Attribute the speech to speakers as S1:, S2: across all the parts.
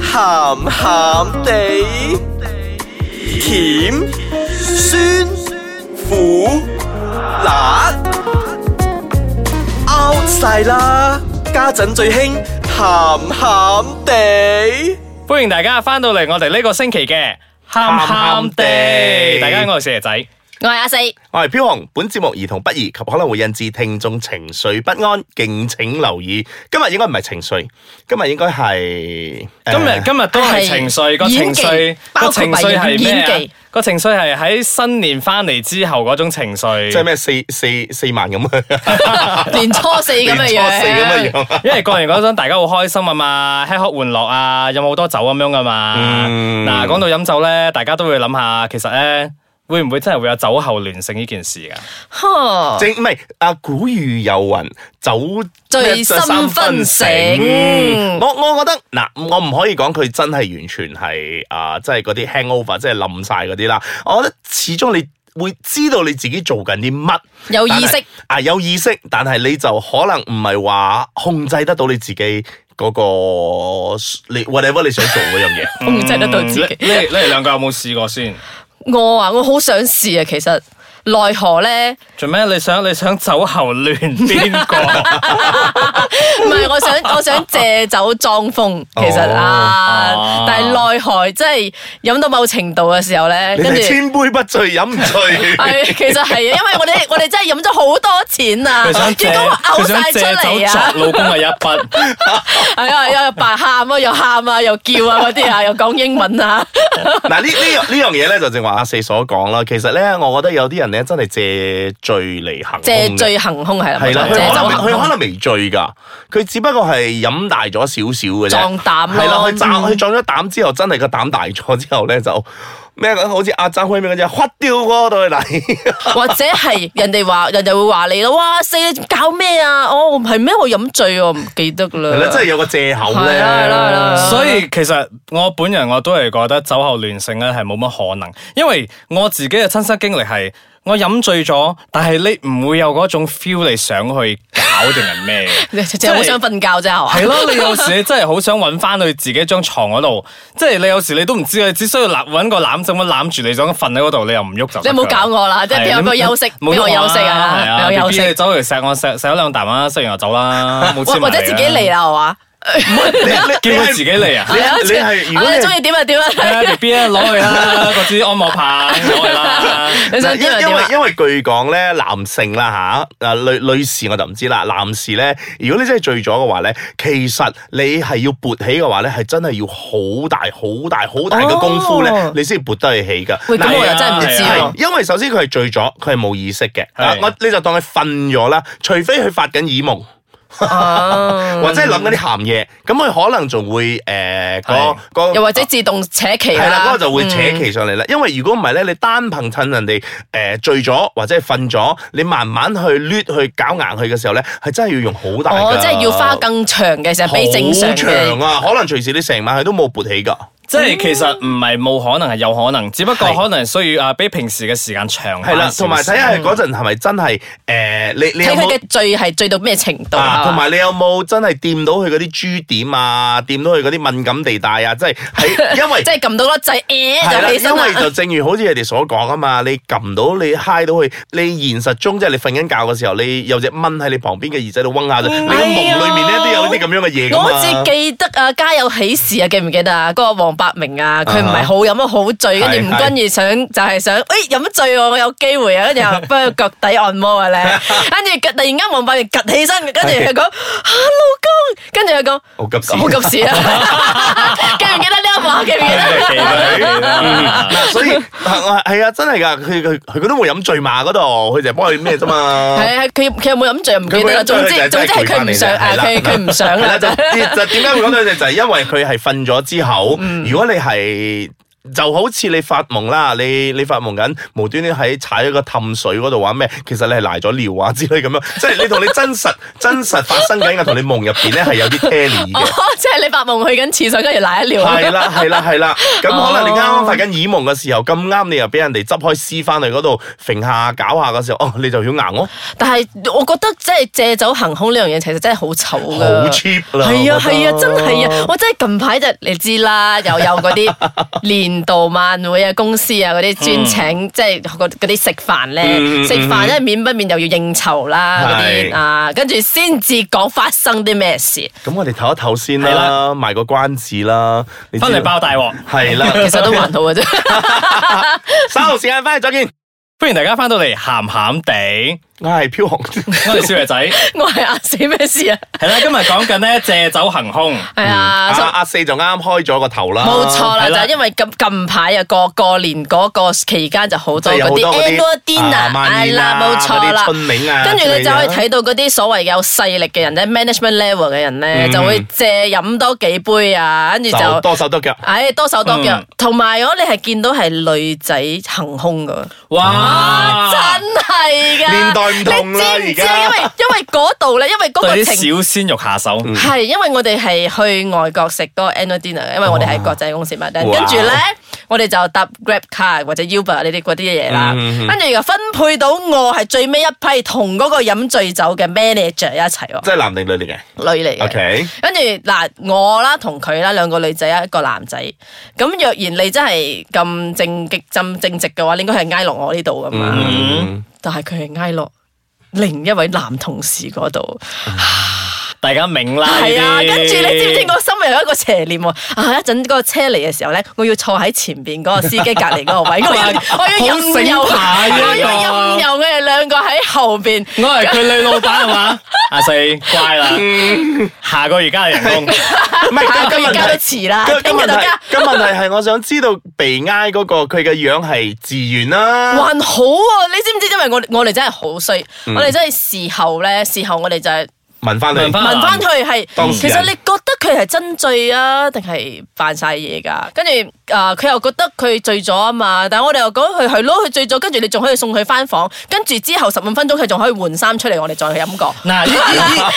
S1: 鹹鹹地，甜酸苦辣 out 晒啦！家陣最興鹹鹹地。
S2: 歡迎大家翻到嚟我哋呢個星期嘅鹹鹹地，大家好，我係四爺仔。
S3: 我係阿四，
S4: 我係飄紅，本節目兒童不宜及可能會引致聽眾情緒不安，敬請留意。今日應該唔係情緒，今日應該係
S2: 今日
S4: 呃
S2: 今日都係情緒，個情
S3: 演技
S2: 緒
S3: 包
S2: 個
S3: 括
S2: 情
S3: 埋
S2: 緒係咩
S3: 演
S2: 啊
S3: 技？
S2: 個情緒係喺新年翻嚟之後嗰種情緒，
S4: 即係咩四四四萬咁樣，
S3: 年初四咁嘅
S4: 啊年 初四咁嘅
S3: 樣，
S4: 樣。
S2: 因為過完嗰陣大家好開心啊嘛，吃喝玩樂啊，飲好多酒咁樣噶嘛。
S4: 嗯
S2: 嗱，講到飲酒咧，大家都會諗下，其實咧會唔會真係會有酒後亂性呢件事㗎？
S3: 呵，
S4: 正唔係啊！古語有云，酒
S3: 醉三分醒
S4: 嗯我我覺得嗱，我唔可以講佢真係完全係啊，即係嗰啲 hangover，即係冧晒嗰啲啦。我覺得始終你會知道你自己做緊啲乜。
S3: 有意識，
S4: 啊，有意識，但係你就可能唔係話控制得到你自己嗰、個你 whatever 你想做嗰樣嘢。
S3: 控制得到
S4: 嗯
S3: 自己。
S2: 你你你哋兩個有冇試過先？
S3: 我啊，我好想試啊，其實奈何 咧，
S2: 做咩？你想你想酒後亂邊個？
S3: 唔係我想我想借酒裝瘋，其實
S4: 哦
S3: 啊
S2: 哦，
S3: 但係奈何即係飲到某程度嘅時候咧，
S4: 你
S3: 跟住
S4: 係千杯不醉飲 唔醉。 啊
S3: 係其實係，因為我哋我哋真係飲咗好多錢啊，
S2: 佢
S3: 結
S2: 想借
S3: 果我嘔
S2: 佢想
S3: 晒
S2: 借
S3: 出嚟
S2: 酒
S3: 啊！
S2: 作老公嘅一 筆，
S3: 係啊，又白喊啊，又喊啊，又叫啊嗰啲啊，又講英文 啊，
S4: 嗱呢呢樣呢樣嘢咧，就正話阿四所講啦。其實咧，我覺得有啲人咧真係借醉嚟行
S3: 借
S4: 兇嘅
S3: 醉行兇係啦，
S4: 係啦，
S3: 冇錯借
S4: 佢可
S3: 酒
S4: 能
S3: 行
S4: 佢可
S3: 兇，
S4: 能未醉㗎，佢只不過係飲大咗少少嘅啫。
S3: 壯膽咯
S4: 係啦，佢撞
S3: 嗯
S4: 佢撞咗膽之後，真係個膽大咗之後咧就咩好似阿張輝明嗰隻，屈掉嗰度嚟。
S3: 或者係人哋話人哋會話你咯，哇死你搞咩啊？哦我係咩？我飲醉我唔記得
S4: 係啦，
S3: 啦
S4: 真係。有個借
S3: 呃
S4: 口
S3: 係啦係啦係
S4: 咧。
S3: 啦
S2: 所以其實我本人我都係覺得酒後亂性咧係冇乜可能，因為我自己嘅親身經歷係我飲醉咗，但係你唔會有嗰種 feel 你想去搞定係 咩嘅。
S3: 你淨係好想瞓覺啫，係嘛？
S2: 係咯，你有時你真係好想揾翻去自己張床嗰度，即係你有時你都唔知，你只需要攬揾個攬枕咁攬住你，想瞓喺嗰度，你又唔喐就得㗎啦。
S3: 你唔好搞我啊啦，即係
S4: 啊
S2: 係
S3: 俾我俾我
S2: 你
S3: 休息，
S2: 冇
S3: 俾我
S2: 喐
S3: 休息
S2: 係啊
S3: 啊，俾我休
S2: BB 你
S3: 息，
S2: 走嚟錫我錫錫咗兩啖啊，錫完就走啦，冇
S3: 或
S2: 黐埋啊
S3: 或者自己嚟啦，係嘛？
S4: 你你
S2: 叫佢自己嚟 啊！
S4: 啊你你係如果
S3: 啊
S4: 你
S3: 你中意點就 點
S2: 係
S3: 啊，
S2: 啊 B B 啊，攞去啦，嗰支按摩棒攞去啦。
S3: 你想
S4: 嗱因
S3: 點就
S4: 因
S3: 點
S4: 為
S3: 啊。
S4: 因為據講咧，男性啦吓，啊女女士我就唔知啦。男士咧，如果你真係醉咗嘅話咧，其實你係要勃起嘅話咧，係真係要好大好大好大嘅功夫咧
S3: 哦，
S4: 你先勃得起起㗎。
S3: 喂，咁
S4: 嗱
S3: 我又真係唔知
S2: 係
S3: 喎
S2: 啊。
S4: 因為首先佢係醉咗，佢係冇意識嘅。
S2: 係
S4: 啊我你就當佢瞓咗啦，除非佢發緊耳夢。
S3: 哦
S4: 或者係諗緊啲鹹嘢，咁佢可能仲會誒嗰
S2: 係
S4: 嗰
S3: 又或者自動扯旗
S4: 係啦，嗰個就會扯
S3: 嗯
S4: 旗上嚟啦。因為如果唔係咧，你單憑趁人哋誒醉咗或者係瞓咗，你慢慢去攣去搞硬佢嘅時候咧，係真係要用好大
S3: 哦
S4: 嘅，，
S3: 即係要花更長嘅時間比正常
S4: 好長
S3: 嘅。
S4: 啊，可能隨時你成晚佢都冇勃起㗎。
S2: 即係其實唔係冇可能，係有可能，只不過
S4: 係
S2: 可能需要啊，比平時嘅時間長
S4: 係啦
S2: 翻，少
S4: 同埋
S2: 少
S4: 睇下佢嗰陣係咪真係誒你你有
S3: 睇佢
S4: 冇
S3: 嘅醉係醉到咩程度
S4: 啊
S3: 啊？
S4: 同埋你有冇真係掂到佢嗰啲珠點啊，掂到佢嗰啲敏感地帶啊？即係喺因為
S3: 即係撳到粒掣，誒
S4: 係啦，
S3: 就起
S4: 因
S3: 身
S4: 為
S3: 啦。
S4: 就正如好似你哋所講啊嘛，你撳到你嗨到佢，你現實中即係你瞓緊覺嘅時候，你有隻蚊喺你旁邊嘅耳仔度嗡下啫，你個夢裡面咧都有啲咁樣嘅嘢㗎嘛
S3: 啊我好似記得啊，家有喜事啊，記唔記得啊？嗰個黃百鳴啊，佢唔係好飲啊，好醉，跟住
S4: 係
S3: 吳
S4: 係
S3: 君如想就係想，誒飲醉喎，我有機會啊，跟住 又幫佢腳底按摩啊咧， 跟住突然間黃百鳴趌起身，跟住佢講嚇老公，跟住佢講
S4: 好急事
S3: 好急 事啊！記唔記得呢一幕啊？記唔記得？
S2: 記得記得 嗯
S4: 嗱，所以係係啊，真係㗎，佢佢佢佢都冇飲醉嘛嗰度，佢就係幫佢咩 啫嘛。
S3: 係啊，佢佢有冇飲醉又唔記得啦。
S4: 佢
S3: 總之總之係佢唔想啊，佢佢唔 想啦。嗯
S4: 就就點解會講到就係因為佢係瞓咗之後，如果你係就好似你發夢啦，你你發夢緊無端端喺踩一個氹水嗰度話咩？其實你係賴咗尿啊之類咁樣，即係你同你真實 真實發生緊嘅同你夢入邊咧係有啲 tally
S3: 哦
S4: 嘅。，
S3: 即係你發夢去緊廁所，跟住瀨一尿。
S4: 係啦，係啦，係啦。咁
S3: 哦
S4: 可能你啱啱發緊耳夢嘅時候，咁啱你又俾人哋執開絲翻去嗰度揈下搞下嘅時候，哦，你就要硬咯，
S3: 但係我覺得即係借酒行凶呢樣嘢，其實真係好醜
S4: 好
S3: 噶。
S4: cheap 啦。
S3: 係啊
S4: 我覺得
S3: 係啊，真係啊！我真係近排就你知啦，又有嗰啲年度晚會啊、公司啊嗰啲專請，即係嗰嗰啲食飯咧
S4: 嗯嗯嗯，
S3: 食飯咧免不免又要應酬啦嗰
S4: 係
S3: 啲啊，跟住先至講發生啲咩事。
S4: 咁我哋唞一唞先
S2: 係
S4: 啦，
S2: 啦
S4: 賣個關子啦。你知
S2: 翻嚟爆大鑊。
S4: 係啦，
S3: 其實都還好嘅啫。
S4: 稍後時間翻嚟再見。
S2: 歡迎大家翻到嚟咸咸地，
S4: 我係飄紅，
S2: 我哋少爺 仔
S3: 我係阿死咩事啊？
S2: 係啦，今日講緊咧借酒行凶。
S3: 係啊，
S4: 阿
S3: 所以
S4: 阿四就啱啱開咗個頭啊啦。
S3: 冇錯啦，
S2: 係
S3: 就
S2: 啦
S3: 係因為近近排啊，過過年嗰個期間就好多
S4: 即係有
S3: 嗰啲
S4: 好多嗰
S3: annual
S4: 啲啊
S3: dinner，
S4: 晚
S3: 係
S4: 宴
S3: 啦，
S4: 啊
S3: 冇錯
S4: 嗰啲
S3: 啦。
S4: 春茗啊
S3: 跟住你
S4: 之類
S3: 就可以
S4: 嘅
S3: 睇到嗰啲所謂有勢力嘅人咧，management level 嘅人咧，
S4: 嗯
S3: 就會借飲多幾杯啊，跟住
S4: 就
S3: 就。
S4: 多手多腳。
S3: 唉，多手多腳
S2: 嗯，
S3: 同埋我你係見到係女仔行凶噶，
S2: 哇！
S3: 啊真係噶，
S4: 啊年代唔同啦
S3: 你知唔知
S4: 而家
S3: 啊因為因為嗰度咧，因為嗰個
S2: 對
S3: 情嗯
S2: 啲小鮮肉下
S4: 嗯
S2: 手，
S3: 係，因為我哋係去外國食嗰個 annual dinner，因為我哋係國際公司嘛，但
S4: 哇
S3: 跟住咧，我哋就搭 Grab car 或者 Uber 呢啲嗰啲嘢啦，
S4: 嗯
S3: 跟住又分配到我係最尾一批同嗰個飲醉酒嘅 manager 一齊喎，
S4: 即係男定女嚟嘅
S3: 女嚟嘅。
S4: ？OK，
S3: 跟住嗱，我啦同佢啦兩個女仔一個男仔，咁若然你真係咁正極咁正直嘅話，你應該係挨落我呢度噶嘛，
S4: 嗯，
S3: 但係佢係挨落另一位男同事嗰度。
S2: 大家明啦。
S3: 係啊，
S2: 呢啲
S3: 跟住你知唔知我心入有一個邪念喎？啊，一陣嗰個車嚟嘅時候咧，我要坐喺前邊嗰個司機隔離嗰個位，我要我要
S2: 好
S3: 任由
S2: 醒牌啊呢
S3: 我要
S2: 個
S3: 任由佢哋兩個喺後邊。
S2: 我係佢女老闆係 嘛？阿四乖啦，
S3: 嗯
S2: 下個月加你人工。
S4: 唔係
S3: 下
S4: 咁
S3: 個
S4: 今
S3: 月
S4: 日
S3: 加都
S4: 係
S3: 遲啦，
S4: 咁
S3: 聽
S4: 咁
S3: 日就
S4: 問題
S3: 加，，
S4: 咁問題係我想知道被挨嗰個佢嘅樣係自願啦，
S3: 還好啊！你知唔知？因為我我哋真係好衰，我哋真係事後咧，事後我哋就係
S4: 問翻你，
S2: 問返
S3: 問翻佢係
S4: 當，事
S3: 其
S4: 人
S3: 實你覺得佢係真醉啊，定係扮晒嘢㗎？跟住啊，佢、又覺得佢醉咗啊嘛，但係我哋又講佢係咯，佢醉咗，跟住你仲可以送佢翻房，跟住之後十五分鐘佢仲可以換衫出嚟，我哋再去飲過。
S2: 嗱，呢呢 呢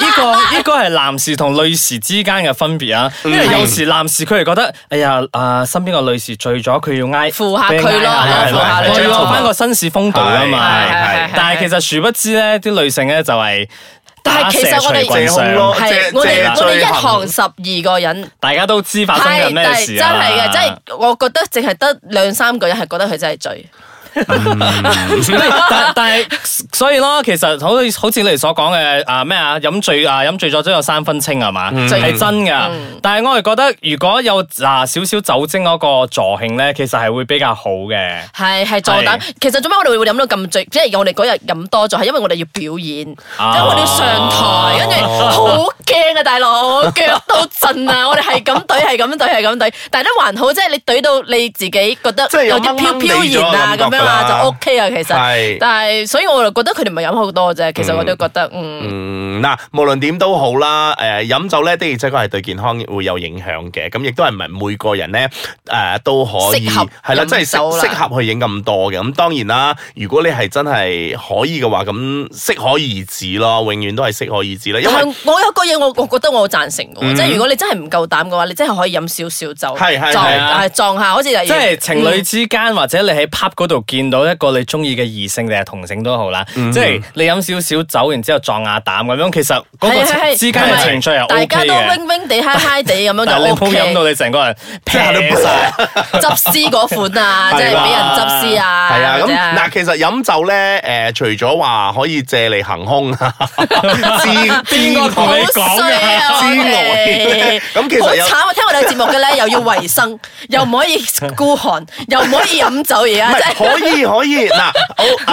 S2: 呢個
S3: 啊
S2: 呢個係男士同女士之間嘅分別啊，
S3: 嗯
S2: 因為有時男士佢哋覺得，哎呀，啊身邊個女士醉咗，佢要挨
S3: 扶下佢咯
S2: 俾挨下
S4: 係啦
S2: 係啦
S4: 扶下
S2: 我
S4: 你
S2: 要翻個紳士風度啊
S4: 係係
S2: 嘛。
S4: 係
S2: 但係其實殊不知咧，啲女性咧就係
S3: 但
S2: 打
S3: 係其
S2: 蛇
S3: 實我哋
S2: 隨棍
S4: 借空咯
S2: 上，
S3: 係
S4: 借
S3: 我哋
S4: 借
S3: 我哋
S4: 醉
S3: 一
S4: 行
S3: 行十二個人。
S2: 大家都知發生緊
S3: 係，
S2: 咩
S3: 但係
S2: 事
S3: 真
S2: 啊
S3: 係嘅，真係我覺得淨係得兩三個人係覺得佢真係醉，
S2: 但但係，所以咯，其實好似好似你哋所講嘅啊咩啊，飲醉啊飲醉咗都有三分清係嘛，
S3: 嗯
S2: 係真噶。但係我係覺得，如果有啊少少酒精嗰個助興咧，其實係會比較好嘅。
S3: 係係坐等
S2: 係。
S3: 其實做咩我哋會飲到咁醉？即係我哋嗰日飲多咗，係因為我哋要表演。
S4: 啊
S3: 因為我哋要上台，跟住好驚啊，大佬， 腳都震啊！我哋係咁懟，係咁懟，係咁懟，但係都還好，即係你懟到你自己覺得
S4: 即係有
S3: 有啲飄飄然啊
S4: 掹掹地咗嘅
S3: 咁
S4: 感覺
S3: 樣
S4: 㗎
S3: 啊，
S4: 啦
S3: 就 OK 啊，其
S4: 係
S3: 實。但係所以我就覺得佢哋唔係飲好多啫，其實我都覺得嗯。
S4: 嗯，嗱，無論點都好啦，誒、飲酒咧的而且確係對健康會有影響嘅，咁亦都係唔係每個人咧誒、都可以
S3: 適合
S4: 係啦，
S3: 飲
S4: 即係適
S3: 酒啦
S4: 適合去影咁多嘅。咁當然啦，如果你係真係可以嘅話，咁適可而止咯，永遠都係適可而止啦。因
S3: 但
S4: 為
S3: 係我有個嘢，我我覺得我好贊成嘅
S4: 嗯
S3: 喎，即係如果你真係唔夠膽嘅話，你真係可以飲少少酒，
S4: 係係
S3: 撞
S4: 係
S2: 啊
S3: 係嗯撞下，好似例如
S2: 即係情侶之間，或者你喺 pub 嗰度見到一個你中意嘅異性定係同性都好啦，
S3: 嗯
S2: 即係你飲少少酒，然之後撞下膽咁樣，其實嗰個
S3: 係係係
S2: 情之間嘅情趣係
S3: 大
S2: OK
S3: 家都
S2: 嘅。
S3: wing wing 地嗨嗨地咁樣
S2: 但係
S3: 就
S2: 你
S3: OK。
S2: 鋪飲到你成個人劈 晒。
S3: 執屍嗰款 啊，即係俾人執屍啊，
S4: 係啊，
S3: 或者
S4: 咁嗱，其實飲酒咧，誒、除咗話可以借嚟行兇啊， 自邊
S2: 個同你講
S3: 好
S2: 嘅
S3: 衰啊
S4: 之
S3: 我
S4: 外
S3: 哋
S4: 咁其實有
S3: 好慘啊！聽我哋節目嘅咧，又要維生，又唔可以孤寒，又唔可以飲酒，而
S4: 唔
S3: 家即
S4: 係
S3: 啊係
S4: 可以可以嗱，好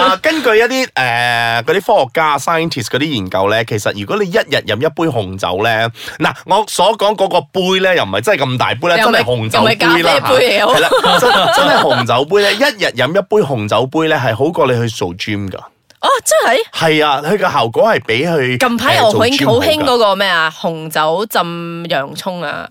S4: 啊，根據一啲誒嗰啲科學家 scientist 嗰啲研究咧，其實如果你一日飲一杯紅酒咧，嗱我所講嗰個杯咧又唔係真係咁大杯咧，
S3: 又
S4: 真
S3: 唔係
S4: 係紅酒
S3: 又唔係
S4: 杯啦
S3: 咖啡杯嚟嘅
S4: 係啦，真真係紅酒杯咧，一日飲一杯紅酒杯咧係好過你去做 gym 噶。
S3: 哦，真係。
S4: 係啊，佢個效果係比佢
S3: 近排又
S4: 誒
S3: 好
S4: 做 gym
S3: 興好興
S4: 㗎
S3: 嗰個咩啊，紅酒浸洋葱啊，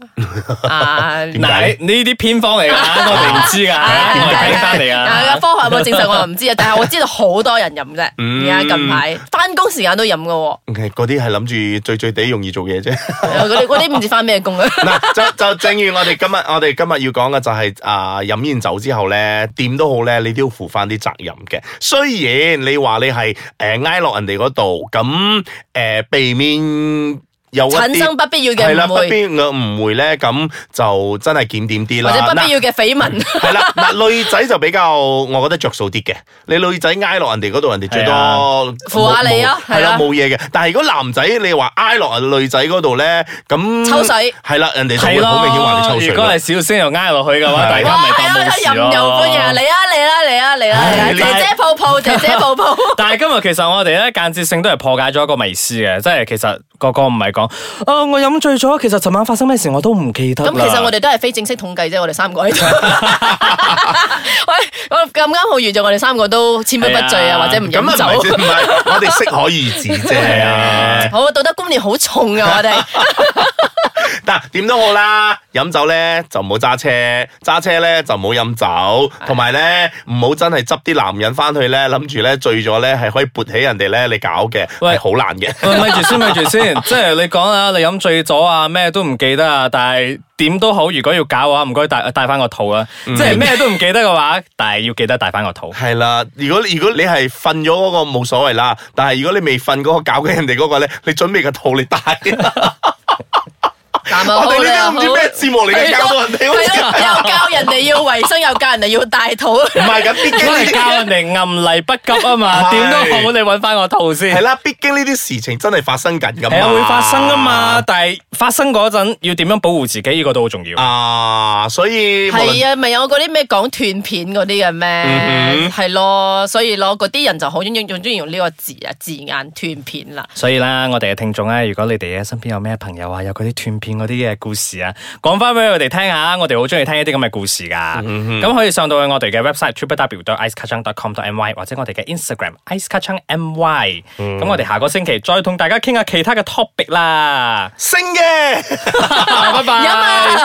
S3: 啊
S4: 點解
S2: 嗱，呢啲偏方嚟噶，我哋唔知噶，
S3: 啊
S2: 我哋睇翻嚟
S3: 啊
S2: 啊。
S3: 科學有冇證實我又唔知啊，但係我知道好多人飲啫，而家近排翻工時間都飲嘅喎，
S4: 嗯嗰啲係諗住醉醉地容易做嘢啫。
S3: 嗰啲嗰啲唔知翻咩工啊，
S4: 嗱，就就正如我哋今日我哋今日要講嘅就係啊飲完酒之後咧，點都好咧，你都要負翻啲責任嘅。雖然你話你係誒挨落人哋嗰度，咁誒、呃避免有一
S3: 產生
S4: 啲
S3: 不必要
S4: 係
S3: 嘅
S4: 啦不
S3: 誤會
S4: 必要嘅誤會咧，咁就真係檢點啲啦。
S3: 或者不
S4: 嗱
S3: 必要嘅緋 聞。
S4: 系啦，嗱，女仔就比較，我覺得着數啲嘅。你女仔挨落人哋嗰度，人哋最
S2: 係
S4: 多
S3: 啊扶下你啊
S4: 冇冇係
S3: 係
S4: 啦，
S3: 啊
S4: 冇嘢嘅。但係如果男仔你話挨落女仔嗰度咧，咁
S3: 抽水
S4: 係啦，人哋就
S2: 係
S4: 會好明顯話你
S2: 咯
S4: 抽，水
S2: 如果
S4: 啦
S2: 係。小星又挨落去嘅話，大家
S3: 哇，
S2: 咪當
S3: 係啊，
S2: 冇事
S3: 任唔任歡迎啊？
S2: 咯
S3: 嚟。啊嚟啦嚟啦嚟啦
S2: 唉
S3: 嚟啦！姐姐抱抱， 姐姐抱抱。
S2: 但係今日其實我哋咧間接性都係破解咗一個迷思嘅，即係其實個個唔係講啊我飲醉咗，其實尋晚發生咩事我都唔記得啦
S3: 咁其實我哋都係非正式統計啫，我哋三個 喺度。喂，我咁啱好遇着我哋三個都千杯不醉
S2: 係啊
S3: 啊，或者唔
S4: 咁啊
S3: 飲
S4: 唔係
S3: 酒。
S4: 唔係，我哋適可而止 啫。啊，
S3: 好，道德觀念好重 啊！我哋
S4: 嗱，點都好啦，飲酒咧就唔好揸車，揸車咧就唔好飲酒，同埋咧唔好真係執啲男人翻去咧，諗住咧醉咗咧係可以撥起人哋咧，你搞嘅
S2: 喂
S4: 係好難嘅。
S2: 喂，咪住先，咪住先，即係你講啊，你飲醉咗啊，咩都唔記得啊，但係點都好，如果要搞嘅話，唔該帶帶翻個肚啊，即係咩都唔記得嘅話，但係要記得帶翻個肚。
S4: 系啦，如果如果你係瞓咗嗰個冇所謂啦，但係如果你未瞓嗰個搞緊人哋嗰個咧，你準備個套你帶。
S3: 男又
S4: 我
S3: 好
S4: 哋
S3: 女又
S4: 呢啲
S3: 好，
S4: 都唔知咩節目嚟嘅，教到人
S2: 啊
S4: 哋好
S3: 係
S4: 似
S3: 咯，又教人哋要衞生，又教人哋要大肚。
S4: 唔係咁，畢
S2: 因
S4: 竟
S2: 為
S4: 呢
S2: 教人哋暗例不急啊嘛，
S4: 係
S2: 點都好，你揾翻個肚先
S4: 啲係。啦，畢竟呢啲事情真係發生緊噶嘛，
S2: 係啊，會發生噶嘛，。但係發生嗰陣要點樣保護自己，呢個都好重要。
S4: 啊，所以無論
S3: 係啊，咪有嗰啲咩講斷片嗰啲嘅
S4: 嗯
S3: 咩？係咯，所以咯，嗰啲人就好中意用中意用呢個字啊字眼斷片啦。
S2: 所以啦，我哋嘅聽眾咧，如果你哋嘅身邊有咩朋友啊，有嗰啲斷片嗰啲嘅故事啊，講翻俾我哋聽下，我哋好中意聽一啲咁嘅故事噶。咁、
S4: 嗯
S2: 可以上到去我哋嘅 website www.icekachang.com.my 或者我哋嘅 Instagram icekachangmy。咁、我
S4: 嗯。
S2: 哋下個星期再同大家傾下其他嘅 topic 啦
S4: 升嘅。
S2: 拜拜。
S3: 飲啊！